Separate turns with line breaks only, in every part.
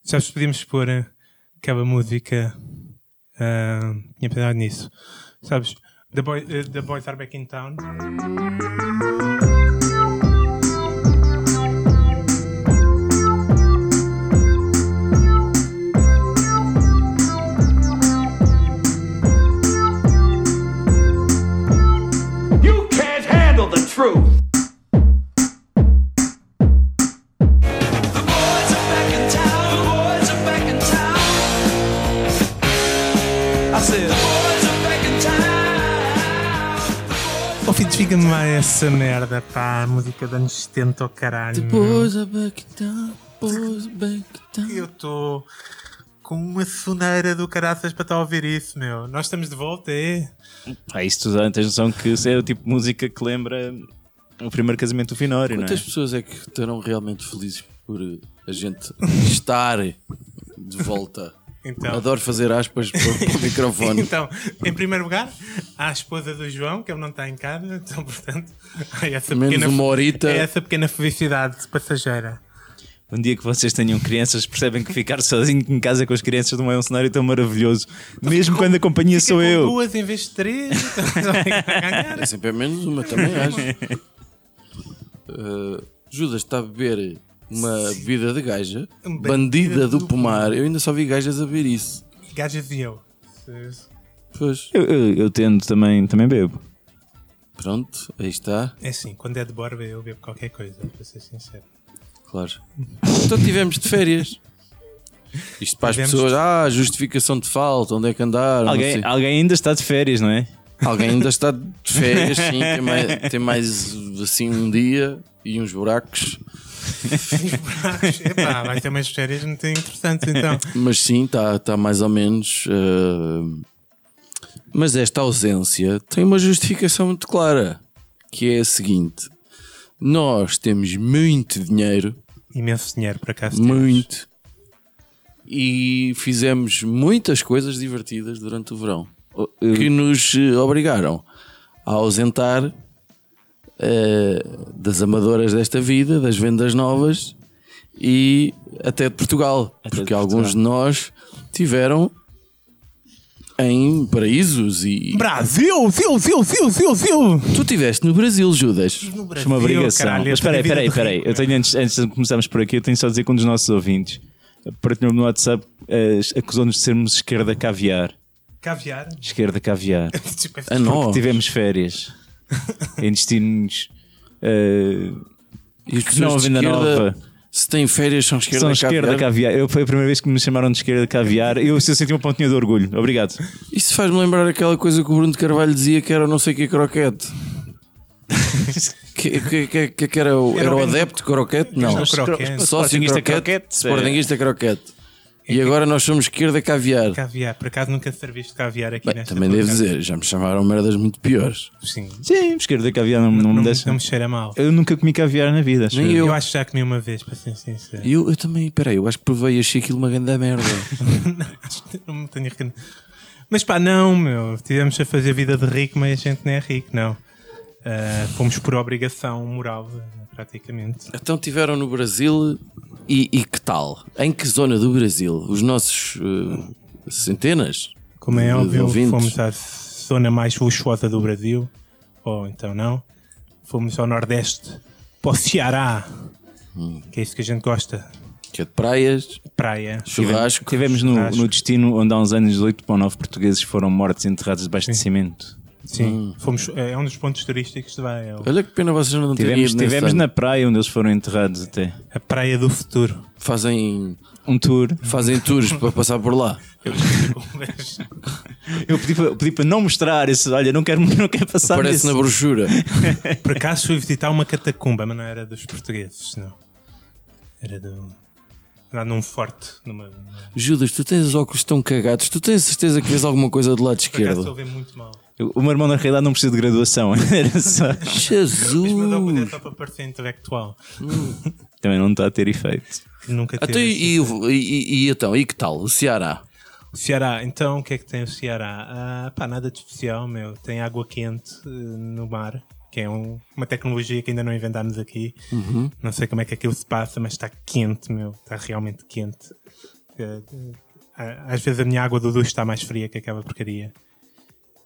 Sabes, podíamos pôr eh, aquela música. ah, tinha pensado nisso. Sabes, the, Boy- eh, The Boys Are Back in Town.
You can't handle the truth.
Oh, filho, fica-me lá essa merda, pá. Música dos anos 70, oh caralho.
Pôs a back down, pôs a back down.
Eu estou com uma soneira do caraças para estar a ouvir isso, meu. Nós estamos de volta, é?
Ah, isso tu tens noção que isso é o tipo de música que lembra o primeiro casamento do Finório, não é?
Quantas pessoas é que estarão realmente felizes por eh, a gente estar de volta?
Então.
Adoro fazer aspas para o- para o microfone.
Então, em primeiro lugar, à esposa do João, que ele não está em casa, então, portanto, há essa
Menos
pequena,
uma horita.
é essa pequena felicidade passageira.
Um dia que vocês tenham crianças, percebem que ficar sozinho em casa com as crianças não é um cenário tão maravilhoso. Mesmo quando a companhia
Então Fica
sou
com
eu.
duas em vez de três, então, vai ganhar.
É sempre a menos uma, também acho. Eh, Judas está a beber uma bebida de gaja,
Bandida
bandida do
do
pomar. Eu ainda só vi gajas a beber isso.
Gajas e eu.
Pois,
Eu, eu, eu tento também, também bebo.
pronto, aí está,
É assim, quando é de borba eu bebo qualquer coisa, para ser sincero.
claro. Então tivemos de férias. Isto para as
Tivemos
pessoas, ah, justificação de falta, onde é que andaram? não
Alguém,
sei.
alguém ainda está de férias, não é?
Alguém ainda está de férias, sim, tem mais, tem mais, assim um dia e uns buracos,
Epá, vai ter umas férias muito interessantes, então.
mas sim, está está mais ou menos. eh, Mas esta ausência tem uma justificação muito clara, que é a seguinte: nós temos muito dinheiro,
Imenso dinheiro, por acaso. temos.
muito, e fizemos muitas coisas divertidas durante o verão que nos eh, obrigaram a ausentar eh, das amadoras desta vida, das vendas novas e até de Portugal,
Até de
porque alguns
Portugal.
de nós tiveram em paraísos e
Brasil, Zil, Zil, Zil, Zil, Zil!
tu tiveste no Brasil, Judas.
No Brasil,
É uma obrigação.
caralho,
Mas espera
essa
aí, espera aí,
vida
espera aí.
do
Eu
rico, né?
tenho, antes, antes de começarmos por aqui, eu tenho só a dizer que um dos nossos ouvintes partilhou-me no WhatsApp, eh, acusou-nos de sermos esquerda caviar.
meu. Caviar?
Esquerda caviar.
Tipo,
A
Porque
nós.
tivemos férias em destinos eh,
E as
que
pessoas
não a
de
venda
esquerda,
nova.
Se têm férias, são esquerda,
são esquerda
caviar.
caviar. Eu, foi a primeira vez que me chamaram de esquerda caviar. Eu, eu senti uma pontinha de orgulho. Obrigado.
Isso faz-me lembrar aquela coisa que o Bruno de Carvalho dizia que era o não sei que croquete. que, que, que, que- que era o,
Era
era o
alguém-
adepto croquete? Não.
Não, croquete.
Sócio
Sportingista
croquete, É.
croquete.
Sportingista croquete. E agora nós somos esquerda caviar.
Caviar, por acaso nunca serviste caviar aqui
Bem,
nesta
também devo
boca.
dizer, já me chamaram merdas muito piores.
Sim.
Sim, esquerda caviar não, não,
Não,
me
me-
deixa.
não me cheira mal.
Eu nunca comi caviar na vida. acho
Nem
eu.
Eu,
eu.
acho que já comi uma vez, para ser sincero.
Eu, eu também, peraí, eu acho que provei e achei aquilo uma grande merda.
Acho que não me tenho reconhe- Mas pá, não, meu. Tivemos a fazer vida de rico, mas a gente não é rico, não. Ah, fomos por obrigação moral, praticamente.
então tiveram no Brasil e, e que tal? Em que zona do Brasil? Os nossos eh, centenas?
Como
de-
é
de
óbvio,
ouvintes?
fomos à zona mais luxuosa do Brasil, ou então não. Fomos ao Nordeste, para o Ceará, que é isso que a gente gosta.
Que é de praias,
Praia.
churrasco.
Tivemos no,
Churrasco.
no destino onde há uns anos 8 para 9 portugueses foram mortos e enterrados debaixo de cimento.
Sim, fomos, é um dos pontos turísticos de lá, é o-
Olha que pena vocês não terem
Tivemos,
ido nesse
tivemos
ano.
na praia onde eles foram enterrados até.
a Praia do Futuro.
Fazem,
Um tour.
fazem tours para passar por lá.
Eu esqueci como é.
Eu pedi para, pedi para não mostrar isso. Olha, não quero, não quero passar
Aparece na
Tá nisso.
brochura.
Por acaso fui visitar uma catacumba, mas não era dos portugueses, não. Era do... Lá num forte, numa...
Judas, tu tens os óculos tão cagados. Tu tens certeza que vês alguma coisa do lado
Por acaso estou a
esquerdo?
ver muito mal.
O meu irmão na realidade não precisa de graduação. Era só-
Mas assim, meu óculos é
Jesus!
só para parecer intelectual.
Também não está a ter efeito.
que Nunca teve
Até Ah, e, e, e- e então, e que tal? O Ceará?
Ceará, então o que é que tem o Ceará? Ah, pá, nada de especial, meu. Tem água quente eh, no mar, que é um- uma tecnologia que ainda não inventámos aqui. Não sei como é que aquilo se passa, mas está quente, meu. Está realmente quente. que, a- às vezes a minha água do duche está mais fria que aquela porcaria.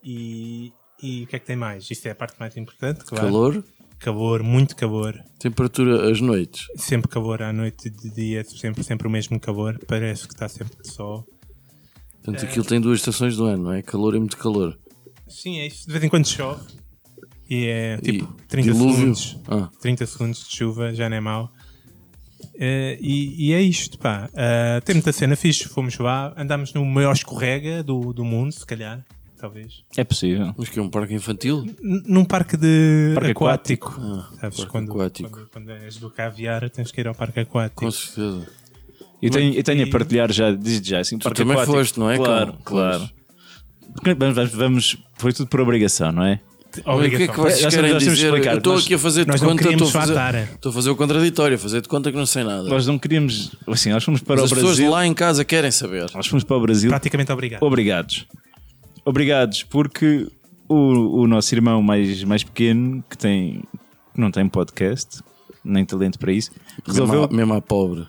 E, e o que é que tem mais? Isso é a parte mais importante, claro.
Calor,
Calor, muito calor.
temperatura às noites.
Sempre calor à noite, de dia, sempre, sempre o mesmo calor. Parece que está sempre de sol.
Portanto,
É.
aquilo tem duas estações do ano, não é? Calor e muito calor.
Sim, é isso. De vez em quando chove. E é tipo
E
30
dilúvio?
segundos.
Ah.
30 segundos de chuva, já não é mau. Eh, e, e é isto, pá. Eh, tem muita cena fixe, fomos lá, andámos no maior escorrega do, do mundo, se calhar, talvez.
É possível.
Mas que é um parque infantil?
N- num parque de
Parque
aquático. Sabes,
Ah, parque
quando,
aquático.
quando, quando és do caviar, tens que ir ao parque aquático.
Com certeza.
Eu tenho, eu tenho a partilhar já, desde já, assim, tu
também foste, não é?
Claro,
Com-
claro. Porque Vamos, vamos, vamos- foi tudo por obrigação, não é?
Mas o que é
Obrigação.
que vocês
Já sabemos,
querem
já temos
dizer?
explicado,
Eu estou
nós-
aqui a fazer de
nós não
conta,
queríamos
estou a fazer,
matar.
estou a fazer o contraditório, a fazer de conta que não sei nada.
Nós não queríamos, assim, nós fomos para
Mas as
o
pessoas
Brasil.
lá em casa querem saber.
Nós fomos para o Brasil
Praticamente obrigado.
obrigados. Obrigados, porque o, o nosso irmão mais, mais pequeno, que tem, que não tem podcast, nem talento para isso,
Mesmo,
resolveu,
à, mesmo à pobre.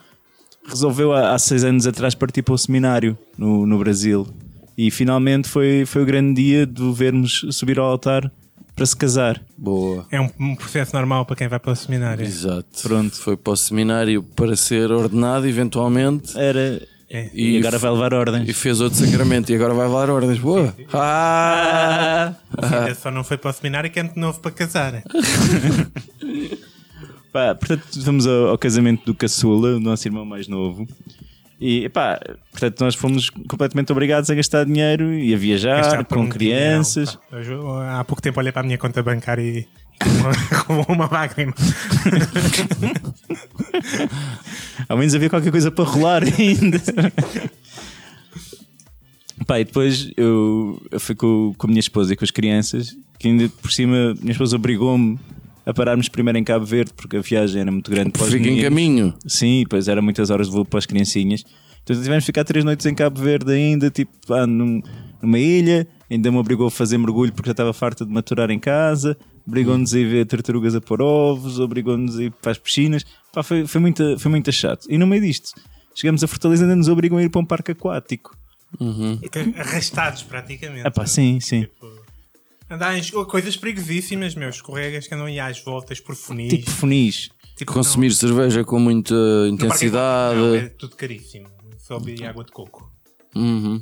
resolveu há, há seis anos atrás partir para o seminário no, no Brasil. E finalmente foi, foi o grande dia de o vermos subir ao altar para se casar.
Boa.
É um, um processo normal para quem vai para o seminário.
Exato.
Pronto.
Foi para o seminário para ser ordenado eventualmente
Era.
É.
E,
E
agora
f-
vai levar ordens.
e fez outro sacramento e agora vai levar ordens. Boa. Ah!
Ainda é Só não foi para o seminário que é muito novo para casar.
Pá, portanto, vamos ao, ao casamento do caçula, o nosso irmão mais novo. E pá, portanto, nós fomos completamente obrigados a gastar dinheiro e a viajar
Gastar por
Ah, com
um
crianças.
dinheirão, pá. Eu, há pouco tempo olhei para a minha conta bancária e e com uma, com uma lágrima.
Ao menos havia qualquer coisa para rolar ainda. Pá, e depois eu, eu fui com, com a minha esposa e com as crianças, que ainda por cima, minha esposa obrigou-me a pararmos primeiro em Cabo Verde, porque a viagem era muito grande. para os
Fica em
meninos.
caminho.
Sim, pois era muitas horas de voo para as criancinhas. Então tivemos de ficar três noites em Cabo Verde ainda, tipo, lá num- numa ilha. Ainda me obrigou a fazer mergulho porque já estava farta de maturar em casa. Obrigou-nos a ir ver tartarugas a pôr ovos, obrigou-nos a ir para as piscinas. Pá, foi, foi, muito, foi muito chato. E no meio disto, chegamos a Fortaleza e ainda nos obrigam a ir para um parque aquático.
Arrastados praticamente. Tipo,
Ah pá, Uhum. sim, sim.
Andar em esco- coisas perigosíssimas, meus escorregas que andam aí às voltas por funis.
Tipo funis.
Tipo,
Consumir cerveja com muita
não, no parque aquático, não, é
intensidade.
tudo caríssimo. Só bebi água de coco.
Uhum.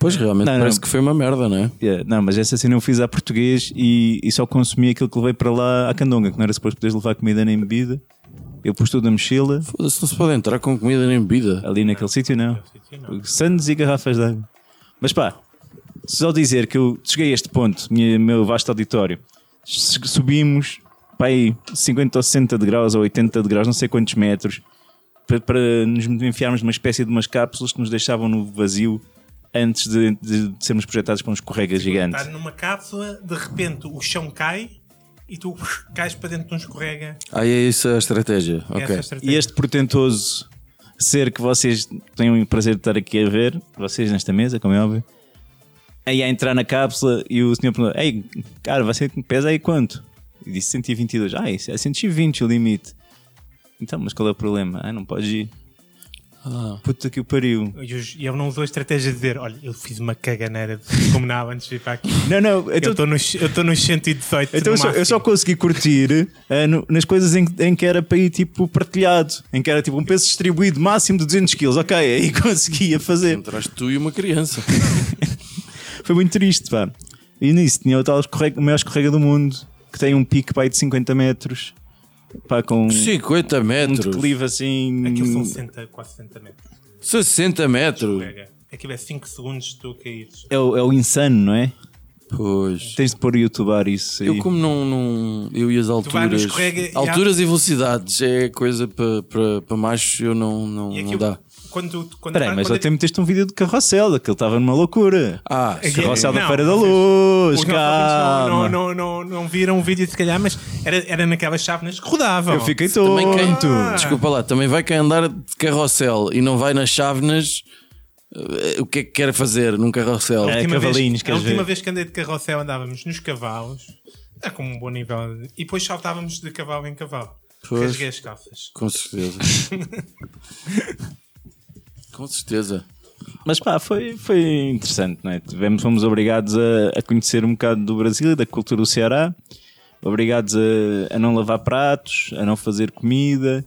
Pois realmente
Não, não.
parece que foi uma merda, não é?
Yeah, não, mas essa cena eu fiz a português e, e só consumi aquilo que levei para lá à candonga, que não era suposto poderes levar comida nem bebida. Eu pus tudo na mochila.
Foda-se, não se pode entrar com comida nem bebida.
Ali naquele sítio não.
sítio, não.
Sandes e garrafas de água. Mas pá, só dizer que eu cheguei a este ponto, minha- meu vasto auditório, s- subimos pá, aí 50 ou 60 de graus ou 80 de graus, não sei quantos metros, para, para nos enfiarmos numa espécie de umas cápsulas que nos deixavam no vazio antes de, de- de sermos projetados para um escorrega gigante.
Estar Tá numa cápsula, de repente o chão cai e tu cais para dentro de um escorrega.
Ah, é isso a estratégia.
Essa é
Ok.
a estratégia.
E este portentoso ser que vocês têm o prazer de estar aqui a ver, vocês nesta mesa, como é óbvio, aí a entrar na cápsula e o senhor perguntou: Ei, cara, você pesa aí quanto? E disse 122. Ah, isso é 120 o limite. Então, mas qual é o problema? Ah, não pode ir.
Ah.
Puta que o pariu.
E os- e ele não usou a estratégia de dizer: Olha, eu fiz uma caganeira de comunal antes de ir para aqui.
Não, não,
Eu
então,
estou nos, eu tô nos 118.
então eu,
no
só, eu
máximo.
só consegui curtir ah, no- nas coisas em, que- em que era para ir tipo partilhado, em que era tipo um peso distribuído máximo de 200 kg. Ok, aí conseguia fazer.
Entraste tu e uma criança.
Foi muito triste, pá. E nisso tinha o tal escorrega, o maior escorrega do mundo, que tem um pico pá, aí de 50 metros, pá, com
50
um
metros.
declive assim.
Aquilo são 60, quase 60 metros.
Hum.
60 metros.
Pega. Aquilo é 5 segundos de tu caíres.
É o, é o insano, não é?
Pois.
Tens de pôr o youtubar isso aí.
Eu como não, não- Eu e as
vai no
alturas.
escorrega e há-
Alturas e velocidades é coisa para para para machos, eu não, não,
E
não
aquilo,
dá.
quando, quando
Peraí,
quando-
mas
quando- é
até meteste um vídeo de carrossel, aquilo estava numa loucura.
Ah,
É que-
carrossel da
não,
Feira da
vocês-
Luz,
tipo, os nossos ouvintes não,
calma.
não, não, não, não viram o vídeo, se calhar, mas era, era naquelas chávenas que rodavam.
Eu fiquei
também
todo.
quem, Desculpa lá, também vai quem andar de carrossel e não vai nas chávenas. eh, O que é que quer fazer num carrossel?
A
É,
última vez,
cavalinhos,
a
queres
última
ver?
vez que andei de carrossel andávamos nos cavalos, é com um bom nível, de- e depois saltávamos de cavalo em cavalo.
Pois.
Rasguei as calças.
Com certeza. Com certeza.
Mas pá, foi, foi interessante, não é? Tivemos, fomos obrigados a, a conhecer um bocado do Brasil e da cultura do Ceará, obrigados a, a não lavar pratos, a não fazer comida,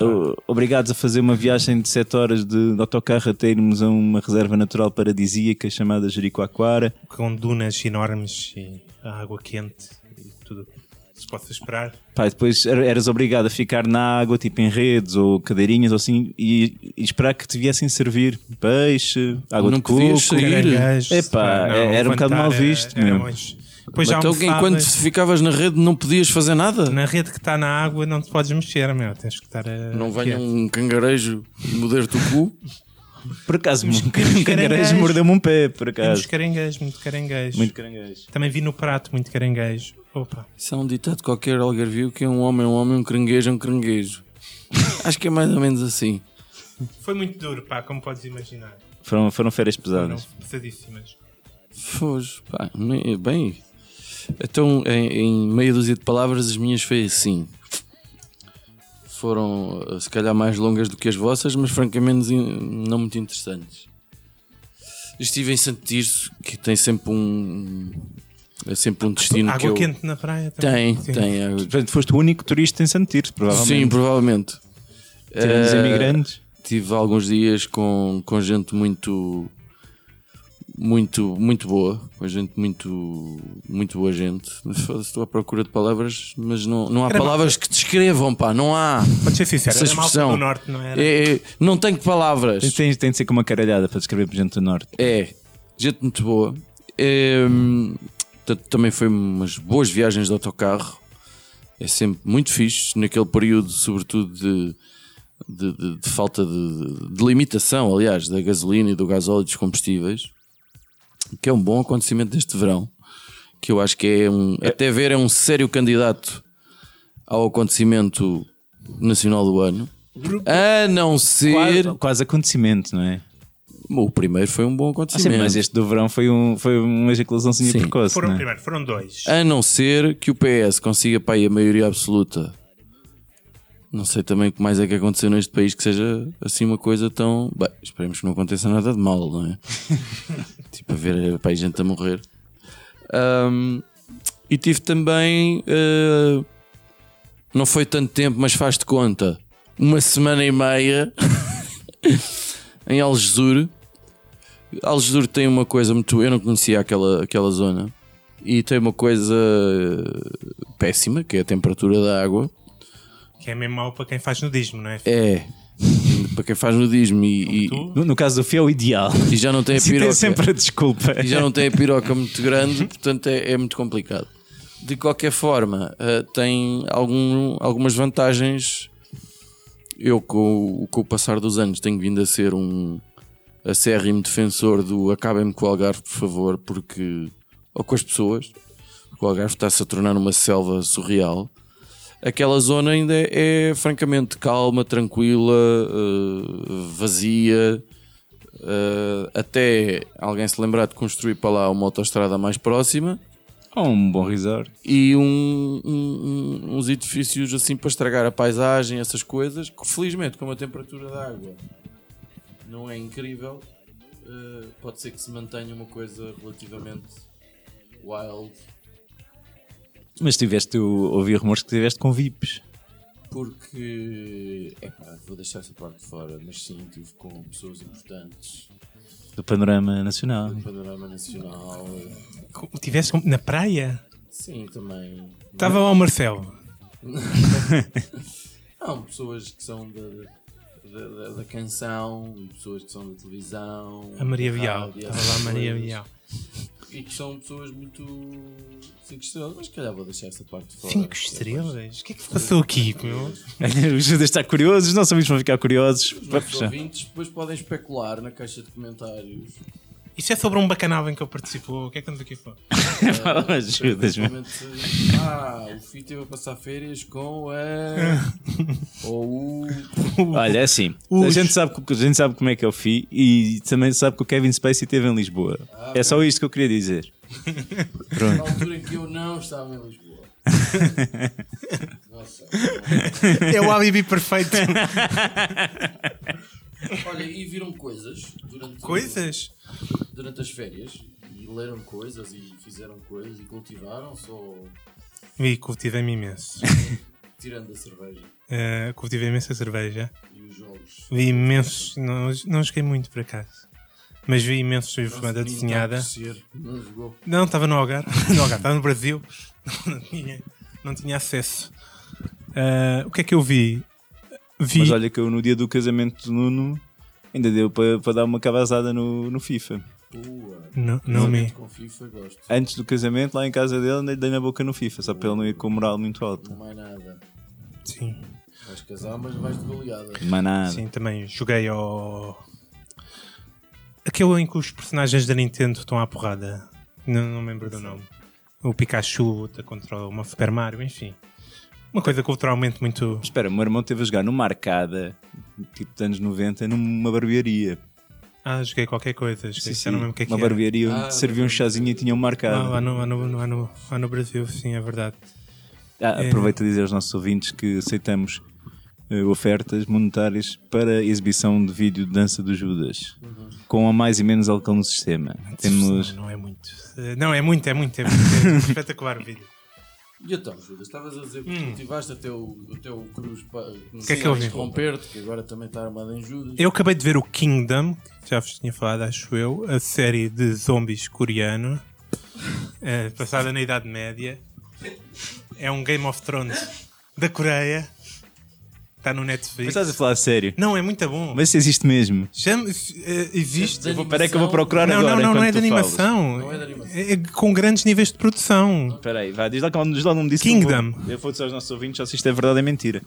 o- obrigados a fazer uma viagem de 7 horas de, de autocarro até irmos a uma reserva natural paradisíaca chamada Jericoacoara.
com dunas enormes e a água quente e tudo que se possa esperar.
Pá, e depois er- eras obrigado a ficar na água, tipo em redes ou cadeirinhas ou assim, e, e esperar que te viessem servir peixe, água
Não
de coco.
podias sair.
Caranguejos,
Epá,
pá,
é- era um bocado
levantar
mal
é-
visto
era
mesmo.
longe. Depois já
Então, que enquanto
almoçavas,
ficavas na rede, não podias fazer nada?
na rede que está na água não te podes mexer, meu. Tens que estar a.
Não venha
quieto.
um cangarejo morder-te o cu.
Por acaso, um
caranguejos.
caranguejo mordeu-me um pé, por
Temos
acaso.
caranguejos, muito caranguejo.
Muito caranguejo.
Também vi no prato muito caranguejo. Opa,
Isso é um ditado qualquer algarvio que é um homem é um homem, um caranguejo é um caranguejo. Acho que é mais ou menos assim.
foi muito duro, pá, como podes imaginar.
Foram, foram férias
Foram
pesadas.
pesadíssimas.
Foge, pá, nem- bem. Então, em, em meia dúzia de palavras, as minhas foi assim. Foram, eh, se calhar, mais longas do que as vossas, mas francamente in- não muito interessantes. Estive em Santo Tirso, que tem sempre um. É sempre um destino que
Água
eu.
quente na praia também.
Tem, tem água.
Portanto, foste o único turista em Santo Tirso, provavelmente.
Sim, provavelmente.
Tivemos
Eh,
imigrantes.
tive alguns dias com, com gente muito muito muito boa com gente muito muito boa gente Foda-se, estou à procura de palavras mas não, não há
Era
palavras que descrevam pá não há
Pode ser sincero,
essa
era malta
expressão
do norte, não era?
É, é, não tenho palavras
Tem, tem de ser com uma caralhada para descrever para gente do Norte.
é gente muito boa É, hum, portanto, também foi umas boas viagens de autocarro é sempre muito fixe naquele período sobretudo de de, de- de falta de, de limitação, aliás, da gasolina e do gasóleo e dos combustíveis, que é um bom acontecimento deste verão, que eu acho que é um, até ver, é um sério candidato ao acontecimento nacional do ano. A não ser.
Quase, quase acontecimento, não é?
O primeiro foi um bom
Ah, sim,
acontecimento.
mas este do verão foi, um, foi uma ejaculaçãozinha
Sim.
precoce.
Foram,
né?
não é?
primeiro, foram dois.
A não ser que o PS consiga para aí a maioria absoluta. Não sei também o que mais é que aconteceu neste país que seja assim uma coisa tão. Bem, esperemos que não aconteça nada de mal, não é? tipo, a ver para aí gente a morrer. Ahm, e tive também. eh, não foi tanto tempo, mas faz de conta. Uma semana e meia em Algesur. Algesur tem uma coisa muito. Eu não conhecia aquela, aquela zona e tem uma coisa péssima que é a temperatura da água. Ah.
Que é mesmo mau para quem faz nudismo, não é?
É para quem faz nudismo e, e-
Tu?
No, no caso do Fio, é o ideal.
e já não tem a
Sim, Assim, tem
piroca.
sempre a desculpa.
E já não tem a piroca muito grande, portanto é, é muito complicado. De qualquer forma, ah, tem algum, algumas vantagens. Eu, com, o- com o passar dos anos, tenho vindo a ser um acérrimo defensor do acabem-me com o Algarve, por favor, porque. ou com as pessoas, porque o Algarve está-se a tornar uma selva surreal. Aquela zona ainda é, é francamente calma, tranquila, ah, vazia. Uh, até alguém se lembrar de construir para lá uma autoestrada mais próxima
Ou um bom resort.
e um- um- um- uns edifícios assim para estragar a paisagem, essas coisas. que, Felizmente, como a temperatura da água não é incrível, uh, pode ser que se mantenha uma coisa relativamente wild,
Mas tiveste, o- ouvi rumores que tiveste com VIPs.
porque. Epá, vou deixar essa parte de fora, mas sim, estive com pessoas importantes
Do panorama nacional.
do panorama nacional.
Tiveste na praia?
Sim, também.
Estava lá o Marcelo.
Não, pessoas que são da, da, da- da canção, e pessoas que são da televisão.
A Maria
da
Vial.
rádio,
Estava lá a
essas
Maria
coisas.
Vial.
E que são pessoas muito 5 estrelas, mas se calhar vou deixar essa parte de fora.
Cinco estrelas? O que é que se passou aqui, meu?
Os Judas está curiosos, os nossos amigos vão ficar curiosos.
Os
Vai
nossos
puxar.
ouvintes depois podem especular na caixa de comentários.
Isso é sobre um bacanal em que eu participo. O que é que estamos aqui a falar?
Fala, Judas, meu.
Principalmente, ah, o Fih teve a passar férias com a. ou o.
Olha, é assim, a
Os-
gente, sabe, que- a gente sabe como é que é o FI e também sabe que o Kevin Spacey esteve em Lisboa.
Ah,
É só isto que eu queria dizer.
Na altura em que eu não estava em Lisboa. Nossa.
É o alibi perfeito.
Olha, e viram coisas durante,
Coisas?
durante as férias e leram coisas e fizeram coisas e cultivaram só
E cultivei-me imenso.
tirando a cerveja
Eh, cultivei imensa cerveja.
e os jogos.
Vi imensos. Não, não joguei muito por acaso. Mas vi imensos livros de banda
Nosso menino
desenhada.
está a crescer, Não jogou.
Não, estava no Algarve. No Algarve, estava no Brasil. Não tinha, não tinha acesso. Ah, o que é que eu vi? Vi.
Mas olha que eu no dia do casamento do Nuno ainda deu para para dar uma cavazada no, no FIFA.
Boa.
Não, não me.
Realmente Com FIFA gosto.
Antes do casamento, lá em casa dele, ainda lhe dei na boca no FIFA, só para ele não ir com a moral muito alta.
Não mais nada.
Sim.
Vais casar, mas vais de goleada.
Mas nada.
Sim, também joguei ao. Aquele em que os personagens da Nintendo estão à porrada. Não, não me lembro do nome. O Pikachu luta contra uma Super Mario, enfim. Uma coisa culturalmente muito.
Espera, o meu irmão teve a jogar numa arcada, tipo dos anos 90, numa barbearia.
Ah, joguei qualquer coisa. Joguei, já não lembro o que é que
uma
era.
barbearia onde
Ah,
servia um chazinho e tinha uma
Ah,
arcada.
lá, no, lá, no, lá, no, lá no Brasil, sim, é verdade. É.
Ah, aproveito a dizer aos nossos ouvintes que aceitamos eh, ofertas monetárias para exibição de vídeo de dança do Judas, com a mais e menos álcool no sistema. Temos.
Não, não é muito. Eh, Não, é muito, é muito, é muito. É espetacular o vídeo.
E então, Judas, estavas a dizer que cultivaste até o, até o Cruz para
Hum. que é que eu vi?
interromper-te, que agora também está armado em Judas.
Eu acabei de ver o Kingdom, que já vos tinha falado, acho eu, a série de zombies coreano, eh, passada na Idade Média. É um Game of Thrones da Coreia. Está no
Mas
Netflix.
estás a falar a sério?
Não, é muito bom.
Mas isso existe mesmo.
Chama- eh, existe.
Eu vou-
Espera aí que eu vou procurar
Não,
agora.
não, não, não é de
enquanto tu falas.
animação.
Não é de animação.
É- é com grandes níveis de produção.
Espera aí, vai, diz lá, que- diz lá o nome disso. que eu
Kingdom.
vou- Eu vou dizer aos nossos ouvintes só se isto é verdade ou é mentira.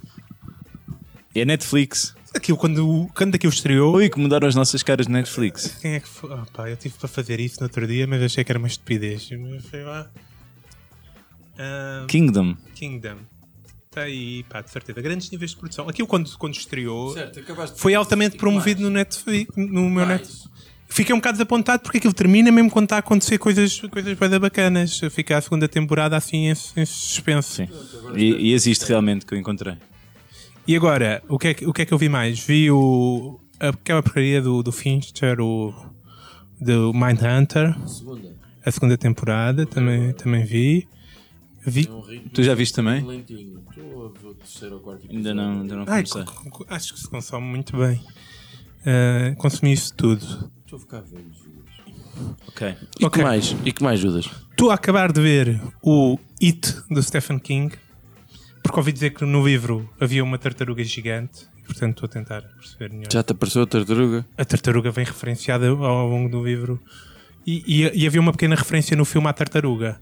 É Netflix.
Aquilo, quando, quando aquilo estreou,
Ui, que mudaram as nossas caras de Netflix.
Quem é que foi? Ah, pá, eu tive para fazer isso no outro dia, mas achei que era uma estupidez. Mas foi lá. Ah,
Kingdom.
Kingdom. Está aí, pá, de certeza. Grandes níveis de produção. Aquilo quando, quando estreou
Certo, acabaste de-
foi altamente
E
promovido
mais,
no Netflix, no meu
mais.
Netflix. Fiquei um bocado desapontado porque aquilo termina mesmo quando está a acontecer coisas, coisas bem bacanas. Fica a segunda temporada assim em, em suspenso.
Sim. E, e existe realmente que eu encontrei.
E agora, o que, é que, o que é que eu vi mais? Vi o, aquela porcaria do, do Fincher, o do Mindhunter.
Segunda.
A segunda temporada também, também vi. Vi.
É um ritmo
Tu já viste também?
lentinho. Estou a ver o terceiro ou quarto episódio.
Ainda não, ainda não
Ai,
comecei.
co- co- acho que se consome muito bem. Ah, consumi isso tudo.
Estou a ficar velho, Judas.
Ok.
E
Ok.
que mais? E que mais, Judas?
Estou a acabar de ver o It do Stephen King, porque ouvi dizer que no livro havia uma tartaruga gigante, e, portanto estou a tentar perceber melhor.
Já te apareceu a tartaruga?
A tartaruga vem referenciada ao longo do livro. E, e- e havia uma pequena referência no filme à tartaruga.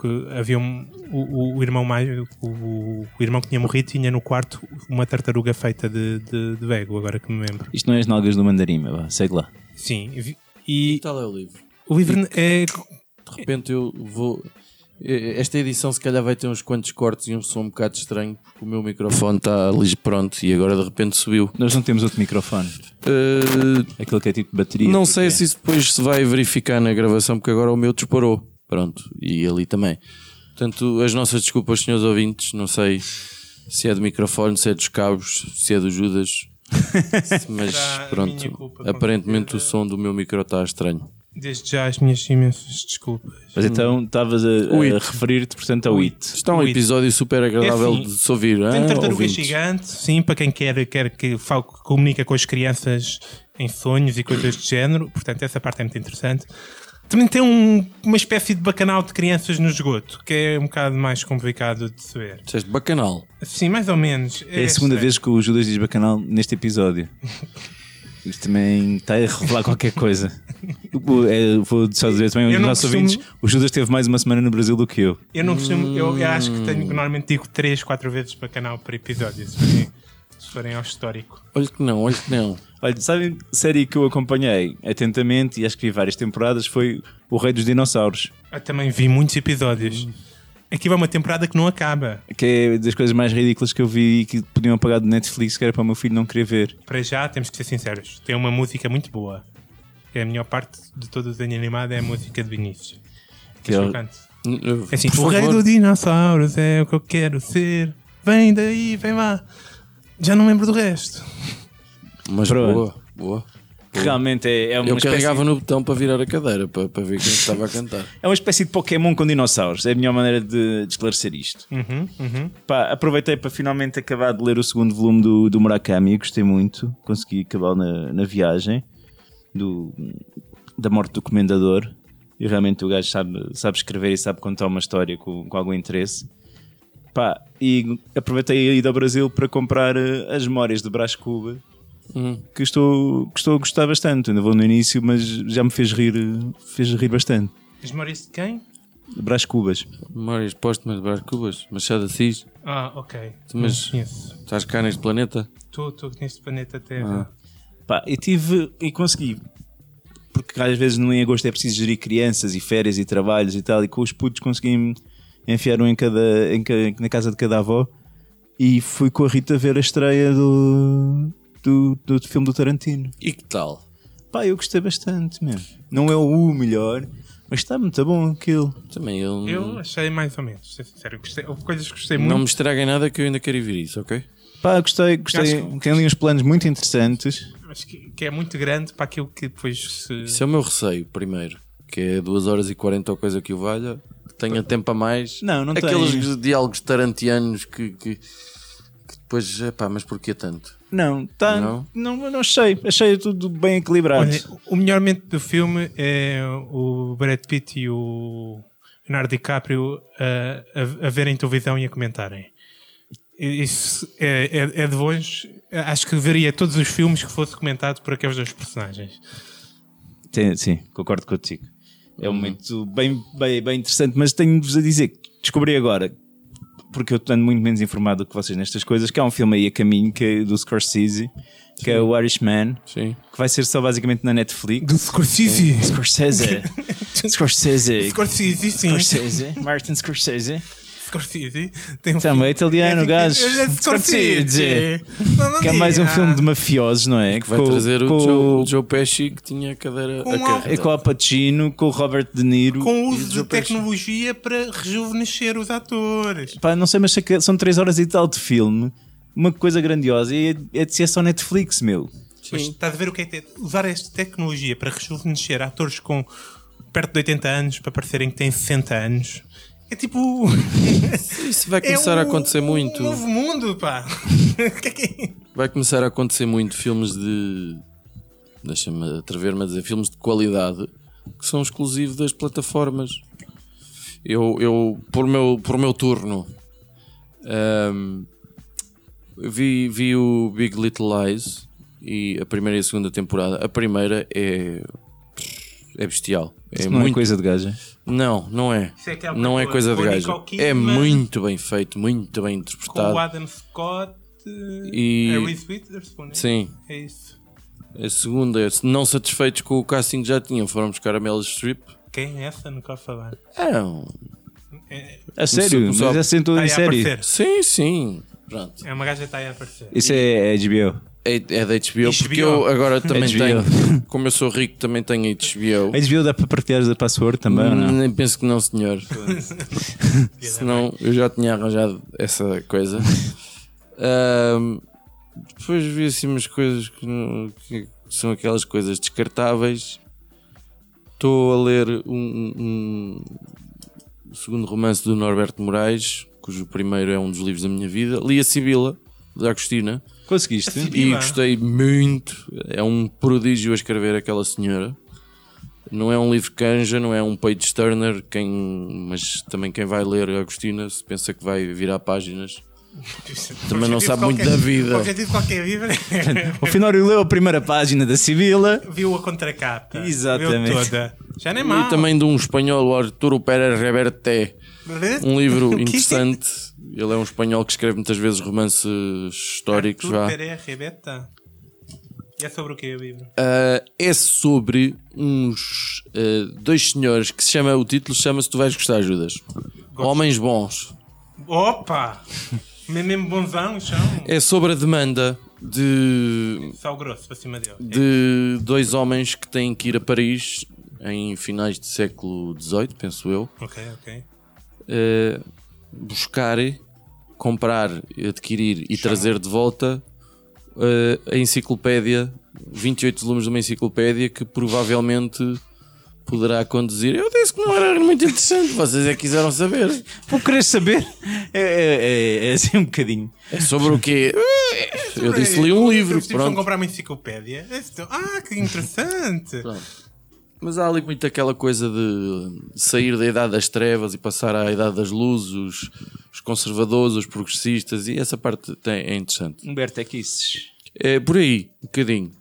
Que havia um- o, o- o irmão mais. O, o- o irmão que tinha morrido tinha no quarto uma tartaruga feita de, de, de Lego, agora que me lembro.
Isto não é as nalgas do mandarim, meu. vá, Segue lá.
Sim. e vi-
E
E
tal é o livro?
o livro é.
De repente eu vou. eh, Esta edição se calhar vai ter uns quantos cortes e um som um bocado estranho, porque o meu microfone está ali pronto e agora de repente subiu.
Nós não temos outro microfone.
Eh,
Aquele que é tipo de bateria.
Não sei
porque-
se isso depois se vai verificar na gravação, porque agora o meu disparou. Pronto, e ali também. Portanto, as nossas desculpas, senhores ouvintes, não sei se é do microfone, se é dos cabos, se é do Judas. Mas
Será a minha
pronto,
culpa, com
aparentemente o
certeza.
som do meu micro está estranho.
Desde já as minhas imensas desculpas.
Mas então estavas a, a
O It.
referir-te, portanto, ao IT.
Está um
Ui.
episódio super agradável
É assim,
de se ouvir.
Ah,
Tem
hã,
tartaruga
ouvintes?
gigante, sim, para quem quer, quer que fale, que comunica com as crianças em sonhos e coisas de género, portanto, essa parte é muito interessante. Também tem um- uma espécie de bacanal de crianças no esgoto, que é um bocado mais complicado de se ver.
Disseste bacanal.
Sim, mais ou menos.
É a segunda vez que o Judas diz bacanal neste episódio. Isto também está a revelar qualquer coisa. O- é, Vou só dizer também aos
Eu não
nossos
costumo-
ouvintes: o Judas teve mais uma semana no Brasil do que Hum. eu.
Eu não costumo, eu, eu acho que tenho, normalmente digo 3, 4 vezes bacanal por episódio, se forem, se forem ao histórico.
Olha que não, olha que não.
Olha, sabem, série que eu acompanhei atentamente e acho que vi várias temporadas foi O Rei dos Dinossauros,
Eu Ah, também vi muitos
Hum.
episódios. Aqui vai uma temporada que não acaba.
que é das coisas mais ridículas que eu vi e que podiam apagar do Netflix, que era para o meu filho não querer ver.
Para já, temos que ser sinceros. Tem uma música muito boa. É a melhor parte de todo o desenho animado é a música de Vinícius. Que é
Ah.
é o-
chocante. É
É
assim, o rei dos dinossauros é o que eu quero ser. Vem daí, vem lá. Já não lembro do resto.
Mas
Pronto.
boa. Boa.
Que realmente é, é uma
Hum. Eu
espécie...
carregava no botão para virar a cadeira, para, para ver quem estava a cantar.
É uma espécie de Pokémon com dinossauros. É a melhor maneira de, de esclarecer isto. Pá, aproveitei para finalmente acabar de ler o segundo volume do, do Murakami. Eu gostei muito. Consegui acabar na, na viagem do, da morte do comendador. E realmente o gajo sabe, sabe escrever e sabe contar uma história com, com algum interesse. Pá, e aproveitei a ida ao Brasil para comprar eh, as memórias de Brás Cuba.
Hum.
Que estou, que estou a gostar bastante. Ainda vou no início, mas já me fez rir, eh, fez rir bastante.
As memórias de quem?
Brás Cubas.
Memórias póstumas de Brás Cubas, Machado Assis.
Ah, ok.
Tu, mas-
Não conheço.
Estás cá neste planeta?
Estou estou aqui neste planeta Terra.
Pá, eu tive e consegui. Porque às vezes no em agosto é preciso gerir crianças e férias e trabalhos e tal, e com os putos consegui enfiar um em cada, em ca- na casa de cada avó. E fui com a Rita ver a estreia do, do, do filme do Tarantino.
E que tal?
Pá, eu gostei bastante mesmo. Não é o melhor, mas está muito bom aquilo.
Também eu,
Eu achei mais ou menos, ser sincero. Gostei, houve coisas que gostei
não me
muito.
estraguem nada que eu ainda quero ir ver isso, ok?
Pá, gostei, gostei.
Acho
Tem ali uns planos muito interessantes.
Mas que, que é muito grande para aquilo que depois se.
Isso é o meu receio, primeiro. Que é 2 horas e 40 ou coisa que o valha. Que tenha tempo a mais.
Não, não
Aqueles
tenho.
diálogos tarantianos que, que, que depois, epá, mas porquê tanto?
Não, tá,
Não?
não. Não, achei. Achei tudo bem equilibrado.
Olha, o melhor momento do filme é o Brad Pitt e o Leonardo DiCaprio a, a, a verem televisão e a comentarem. Isso é, é- é de longe. Acho que veria todos os filmes que fosse comentado por aqueles dois personagens.
Tem- sim, concordo contigo. É um momento bem, bem, bem interessante, mas tenho-vos a dizer que descobri agora, porque eu ando muito menos informado do que vocês nestas coisas, que há um filme aí a caminho que é do Scorsese, que é o Irishman,
Sim.
que vai ser só basicamente na Netflix.
Do Scorsese.
Scorsese. Scorsese.
Scorsese, sim.
Scorsese. Martin Scorsese.
Scorsese. Tem um
Também italiano,
É,
gajo.
é Scorsese. Mamma
Que é mais um
mia.
filme de mafiosos, não é? Que
Vai trazer o Joe, Joe Pesci que tinha a cadeira a
Um
carreta.
É com o Al Pacino, com o Robert De Niro.
Com o
E
uso de
desaparece.
tecnologia para rejuvenescer os atores.
Pá, não sei, mas sei que são 3 horas e tal de filme. Uma coisa grandiosa. E é, é de ser só Netflix, meu.
Mas estás a ver o que é ter- usar esta tecnologia para rejuvenescer atores com perto de 80 anos para parecerem que têm 60 anos. É tipo.
Isso vai
é
começar a
um-
acontecer muito.
Um novo mundo, pá. O que é que é?
Vai começar a acontecer muito filmes de. Deixa-me atrever-me a dizer, filmes de qualidade que são exclusivos das plataformas. Eu, eu por, meu, por meu turno, ahm, vi, vi o Big Little Lies e a primeira e a segunda temporada. A primeira é. É bestial. É
Isso não
muito.
é coisa de gaja.
Não, não é.
Isso é que é uma
não é
coisa.
coisa de
Com o
gajo.
Nicole
É
Kidman.
muito bem feito, muito bem
Com
interpretado.
o Adam Scott
Tá. E-
a Reese Witherspoon. é?
Sim.
É isso.
A segunda é se não satisfeitos com o casting que assim já tinham, foram buscar a Meryl Streep.
Quem é essa? Nunca ouvi falar.
É um-
É,
A sério,
pessoal-
mas é assim tudo
está aí
em
a
sério.
aparecer.
Sim, sim. Pronto.
É uma gaja que está aí a aparecer.
Isso é, é HBO.
É, é da HBO, porque
HBO.
eu agora também
HBO.
tenho. Como eu sou rico, também tenho HBO.
A HBO dá para partilhar da password também, ou não?
Nem penso que não, senhor. Senão eu já tinha arranjado essa coisa. Ahm, depois vi assim umas coisas que, não- que são aquelas coisas descartáveis. Estou a ler um, um- um- o segundo romance do Norberto Moraes, cujo primeiro é um dos livros da minha vida. Li a Sibila, da Agostina,
Conseguiste?
e
Sibila.
gostei muito. É um prodígio a escrever aquela senhora. Não é um livro canja, não é um page turner, quem, mas também quem vai ler a Agostina se pensa que vai virar páginas. Também não sabe muito da vida.
O objetivo de qualquer livro é-
O Finório leu a primeira página da Sibila.
viu a contracapa.
Exatamente.
Viu toda. Já nem
E
mal.
também de um espanhol, Arturo Pérez Reverte, um livro
O é quê?
interessante. Ele é um espanhol que escreve muitas vezes romances históricos.
Arthur
Vá.
Pereira Rebeta. E é sobre o que o livro?
Ah, é sobre uns ah, dois senhores que se chama, o título chama-se Tu Vais Gostar Ajudas. Homens Bons.
Opa! Mesmo bonzão, chão.
É sobre a demanda de,
Sal grosso para cima dele.
de dois homens que têm que ir a Paris em finais do século XVIII, penso eu,
Ok, ok.
eh, buscar, comprar, adquirir e trazer de volta eh, a enciclopédia, 28 volumes de uma enciclopédia que provavelmente poderá conduzir. Eu disse que não era muito interessante, vocês é que quiseram saber.
Vou querer saber. É, é, é- é assim um bocadinho.
É sobre o quê? Eu disse li um livro,
Os tipos vão
pronto.
comprar uma enciclopédia. Então, Ah, que interessante.
Mas há ali muito aquela coisa de sair da idade das trevas e passar à idade das luzes, os, os conservadores, os progressistas, e essa parte tem- é interessante.
Humberto é Kisses.
É por aí, um bocadinho.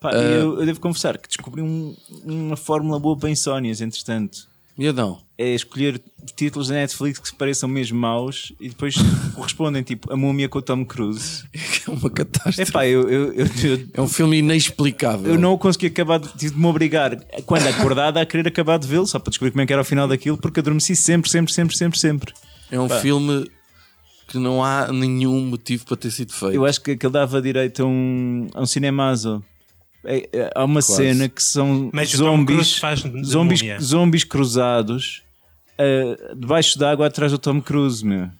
Pá, eu, eu devo confessar que descobri um- uma fórmula boa para insónias, entretanto.
E Adão?
É escolher títulos da Netflix que se pareçam mesmo maus e depois correspondem, tipo A Múmia com o Tom Cruise.
É uma catástrofe.
É pá, eu, eu, eu, eu-
É um filme inexplicável.
eu não o consegui acabar, de, tive de me obrigar, quando acordada, a querer acabar de vê-lo, só para descobrir como é que era o final daquilo, porque adormeci sempre, sempre, sempre, sempre, sempre.
É um filme que não há nenhum motivo para ter sido feito.
Eu acho que aquilo dava direito a um, a um cinemazo. É, é, Há uma cena que são
Mas o Tom
zombies,
Cruise faz de
zombies,
múmia.
zombies cruzados ah, debaixo d'água atrás do Tom Cruise, meu.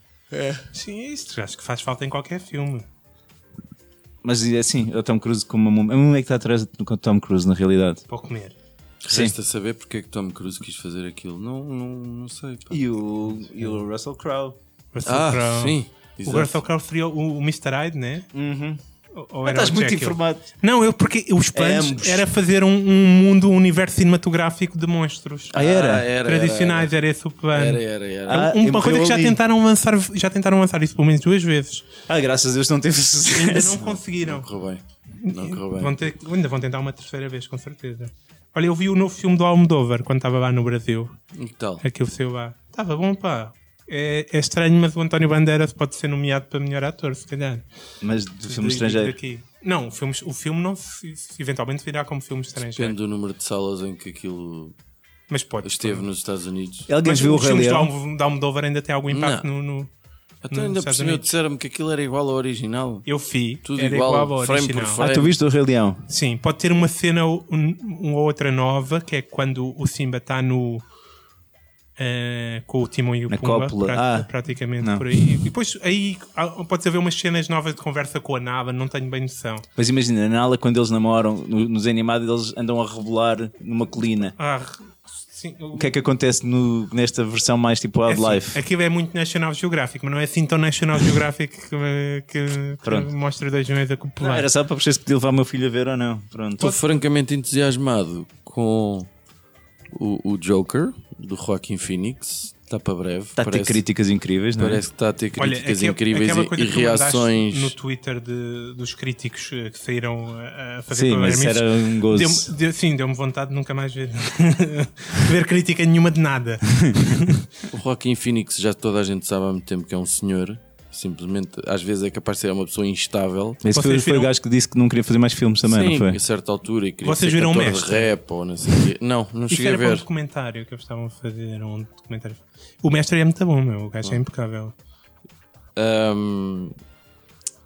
Sim, é isso. Acho que faz falta em qualquer filme.
Mas é assim, é o Tom Cruise com uma múmia. A múmia é que está atrás do com o Tom Cruise, na realidade.
Para comer.
Resta saber porque é que Tom Cruise quis fazer aquilo. Não, não, não sei. pá.
E o, e o Russell Crowe.
Russell
Ah,
Crowe.
sim.
O
exato.
Russell Crowe seria o, o Mr. Hyde, né? Ou- Ou era
Estás
o
muito
Jekyll?
informado.
Não, eu porque os
É
planos
ambos.
era fazer um, um mundo, um universo cinematográfico de monstros
Ah, era?
Ah, era,
tradicionais, era, esse o plano.
Era, era, era.
Ah,
Um, É Uma coisa
eu
que já
li.
tentaram, lançar, já tentaram lançar isso pelo menos duas vezes.
Ah, graças a Deus não teve
Ainda não
sucesso.
conseguiram.
Correu bem. Não correu bem.
Vão ter- ainda vão tentar uma terceira vez, com certeza. Olha, eu vi o novo filme do Almodóvar quando estava lá no Brasil.
E que tal?
Aquele seu lá. Estava bom, pá. É, é estranho, mas o António Bandeiras pode ser nomeado para melhor ator, se calhar.
Mas do
Digo
filme estrangeiro.
Aqui. Não, o filme, o filme não se, se eventualmente virá como filme estrangeiro.
Depende do número de salas em que aquilo
Mas pode.
esteve nos Estados Unidos.
Alguém
Mas
viu o
os
Rei
filmes do
Leão?
Almo- da Almodóvar ainda têm algum impacto no, no-
Até ainda por
Estados
cima
Unidos.
disseram-me que aquilo era igual ao original.
Eu vi.
Tudo
era
igual,
igual, ao
frame
original.
por frame.
Ah, tu viste o Rei Leão?
Sim, pode ter uma cena ou um- uma outra nova, que é quando o Simba está no. eh, com o Timão e o
Na
Pumba,
cópula.
prati-
Ah.
praticamente
Não.
por aí. E depois aí há- pode haver umas cenas novas de conversa com a Nava, não tenho bem noção.
Mas imagina, na ala, quando eles namoram, no- nos animados, eles andam a rebolar numa colina.
Ah, sim, o
O que é que acontece no- nesta versão mais tipo
é assim,
Wildlife?
Aquilo é muito National Geographic, mas não é assim tão National Geographic que, que, que
Pronto.
mostra dois meses a
Não,
copular.
era só para perceber se podia levar o meu filho a ver ou não. Pronto.
Estou francamente entusiasmado com o, o Joker do Joaquin Phoenix. Está para breve.
Tá
Está a ter críticas incríveis, não é?
Parece que está a ter
né? Olha,
críticas
aquel-
incríveis
aquela
e-
coisa
e
que tu mandaste
reações.
no Twitter de- dos críticos eh, que saíram eh, a a fazer
Sim, mas
programas.
era um gozo.
Deu-me- deu- sim, deu-me vontade de nunca mais ver, ver crítica nenhuma de nada.
O Joaquim Phoenix, já toda a gente sabe há muito tempo que é um senhor. Simplesmente, às vezes é capaz de ser uma pessoa instável.
Esse foi,
Vocês
foi o
viram-
gajo que disse que não queria fazer mais filmes também,
Sim,
não foi?
a certa altura e queria
Vocês
ser
viram o
cantor
Mestre?
de rap ou não sei o quê. Não, não
Isso
cheguei a
era para um
ver.
documentário que eles estavam a fazer. era Um documentário. O mestre é muito bom, meu. O gajo é impecável.
Ahm,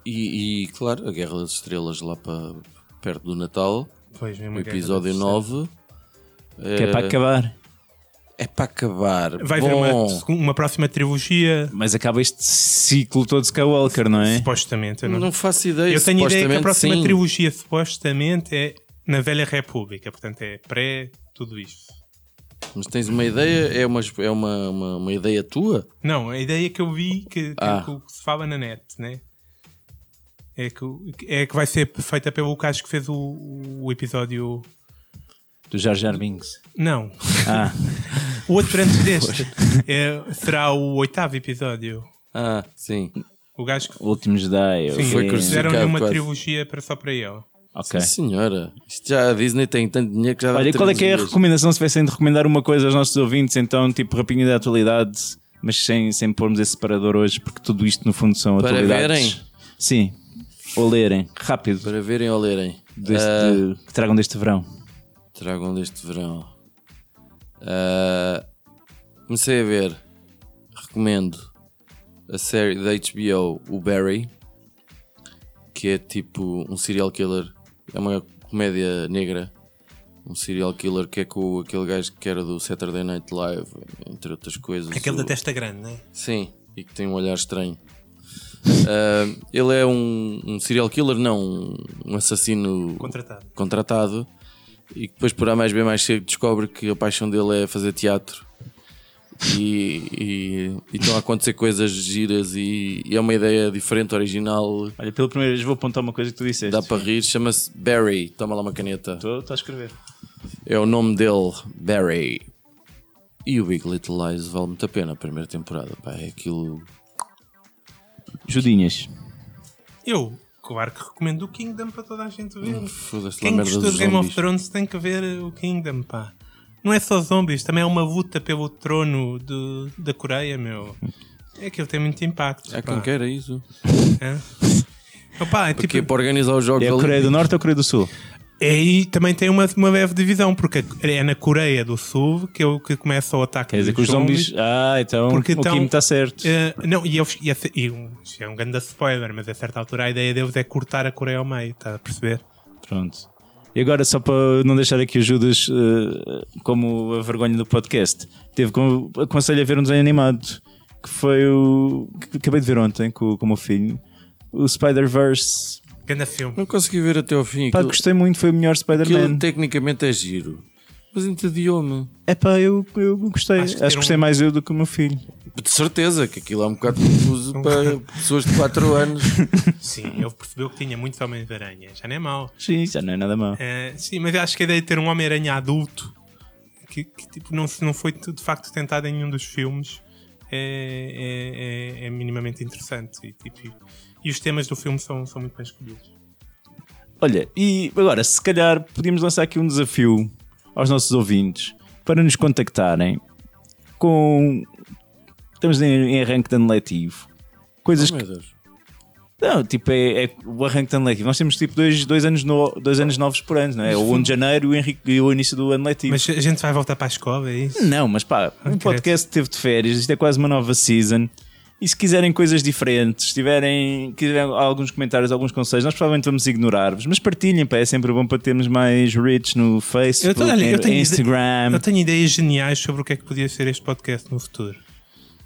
e, e, claro, a Guerra das Estrelas lá para perto do Natal,
Pois, mesmo
o
a guerra
Um episódio
dos
9.
Que é
eh,
para acabar.
É para acabar.
Vai haver
Bom,
uma, segu- uma próxima trilogia,
Mas acaba este ciclo todo de Skywalker, não é?
supostamente. Eu não,
Não faço ideia.
eu tenho ideia que a
supostamente,
próxima
sim.
trilogia, supostamente, é na Velha República. Portanto, é pré tudo isto.
Mas tens uma ideia? É uma, é uma, uma, uma ideia tua?
Não, a ideia que eu vi que, que-
Ah.
que o que se fala na net, né? É que, o- é que vai ser feita pelo Lucas que fez o, o episódio.
Do Jar Jar Binks.
Não,
Ah,
o outro antes deste. É, será o oitavo episódio.
Ah, sim.
O gajo que
o Último Jedi.
sim,
foi
ok.
crucificado
fizeram-lhe uma
quase.
trilogia para, só para ele.
Ok.
Sim, senhora. Isto já, a Disney tem tanto dinheiro que já dá
Olha, qual é que é a
trilogias.
recomendação se tivessem de recomendar uma coisa aos nossos ouvintes, então, tipo, rapinha da atualidade, mas sem, sem pormos esse separador hoje, porque tudo isto, no fundo, são
Para
atualidades.
verem?
Sim. Ou lerem, rápido,
Para verem ou lerem.
deste-
Ah,
que tragam deste verão.
Tragam deste verão. Ah, comecei a ver. Recomendo a série da HBO, o Barry, que é tipo um serial killer. É uma comédia negra. Um serial killer que é com aquele gajo que era do Saturday Night Live, entre outras coisas.
Aquele
O-
da testa grande, né?
Sim, e que tem um olhar estranho. Ah, ele é um, um serial killer, não, um- um assassino
Contratado.
contratado e que depois por A mais B mais C descobre que a paixão dele é fazer teatro e, e- e estão a acontecer coisas giras e, e é uma ideia diferente, original,
Olha, pela primeira vez vou apontar uma coisa que tu disseste.
dá para rir, chama-se Barry, toma lá uma caneta.
Estou estou a escrever.
É o nome dele, Barry. E o Big Little Lies vale muito a pena a primeira temporada, pá, é aquilo.
Judinhas.
Eu, claro que recomendo o Kingdom para toda a gente ver.
Foda-se lá,
Quem
merda
gostou
dos
de Game
zombies.
of Thrones tem que ver o Kingdom, pá. Não é só zombies, também é uma luta pelo trono do- da Coreia, meu. É que ele tem muito impacto.
É
pá.
quem quer, é isso.
É. Opa, é tipo-
Porque é para organizar os jogos
É a
ali-
Coreia do Norte ou a Coreia do Sul?
é, e também tem uma, uma leve divisão, porque é na Coreia do Sul que, é o que começa o ataque
Quer dizer que
dos
os zombies. Ah, então
Porque
o
então-
Kim está certo.
Eh, não, e, eles, e, esse- e um- isto é um grande spoiler, mas a certa altura a ideia deles é cortar a Coreia ao meio, está a perceber?
Pronto. E agora, só para não deixar aqui o Judas eh, como a vergonha do podcast, teve como aconselho a ver um desenho animado que foi o. que acabei de ver ontem com, com o meu filho, o Spider-Verse.
Grande filme.
Não consegui ver até ao fim.
Pá,
aquilo-
gostei muito, foi o melhor
Aquilo
Spider-Man.
tecnicamente é giro, mas entediou-me.
É pá, eu, eu gostei.
Acho que
Acho que,
ter um-
gostei mais eu do que o meu filho.
De certeza que aquilo é um bocado confuso para pessoas de 4 anos.
Sim, ele percebeu que tinha muitos Homens-Aranha, já não é mau.
Sim, já não é nada mau.
Eh, sim, mas eu acho que a ideia de ter um Homem-Aranha adulto que, que, tipo, não, se- não foi de facto tentado em nenhum dos filmes é, é- é- é minimamente interessante. E, tipo, e- e os temas do filme são, são muito bem escolhidos.
Olha, e agora, se calhar podíamos lançar aqui um desafio aos nossos ouvintes para nos contactarem com. Estamos em, em arranque de ano letivo. Coisas
Oh,
que.
meu Deus.
Não, tipo, é, é o arranque de ano letivo. Nós temos tipo dois, dois, anos, no- dois anos novos por ano, não é? O 1 de janeiro e o, Henrique- e o início do ano letivo.
Mas a gente vai voltar para a escola, é isso?
Não, mas pá, um podcast teve de férias, isto é quase uma nova season. E se quiserem coisas diferentes, se tiverem, quiserem alguns comentários, alguns conselhos, nós provavelmente vamos ignorar-vos, mas partilhem, pá, é sempre bom para termos mais reach no
Eu
Facebook,
tenho- olha, eu
no
tenho-
Instagram.
Eu tenho ideias geniais sobre o que é que podia ser este podcast no futuro.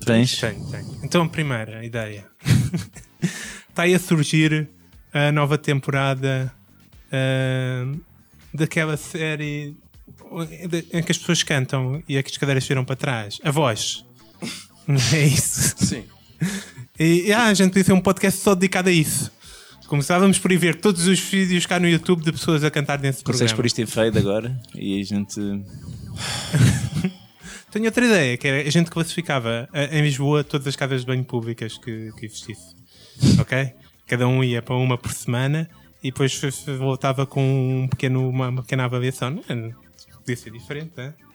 Tens?
Tenho, tenho. Então, primeira ideia. Está aí a surgir a nova temporada ahm, daquela série onde- em que as pessoas cantam e é que as cadeiras viram para trás. A voz. É isso.
Sim.
E, e, ah, a gente podia ter um podcast só dedicado a isso. Começávamos por ir ver todos os vídeos cá no YouTube de pessoas a cantar nesse
Consegues
programa.
por isto em fade agora? E a gente.
Tenho outra ideia, que era a gente classificava eh, em Lisboa todas as casas de banho públicas que, que existisse. Ok? Cada um ia para uma por semana e depois f- f- voltava com um pequeno, uma, uma pequena avaliação. Não é? Podia ser diferente, não é?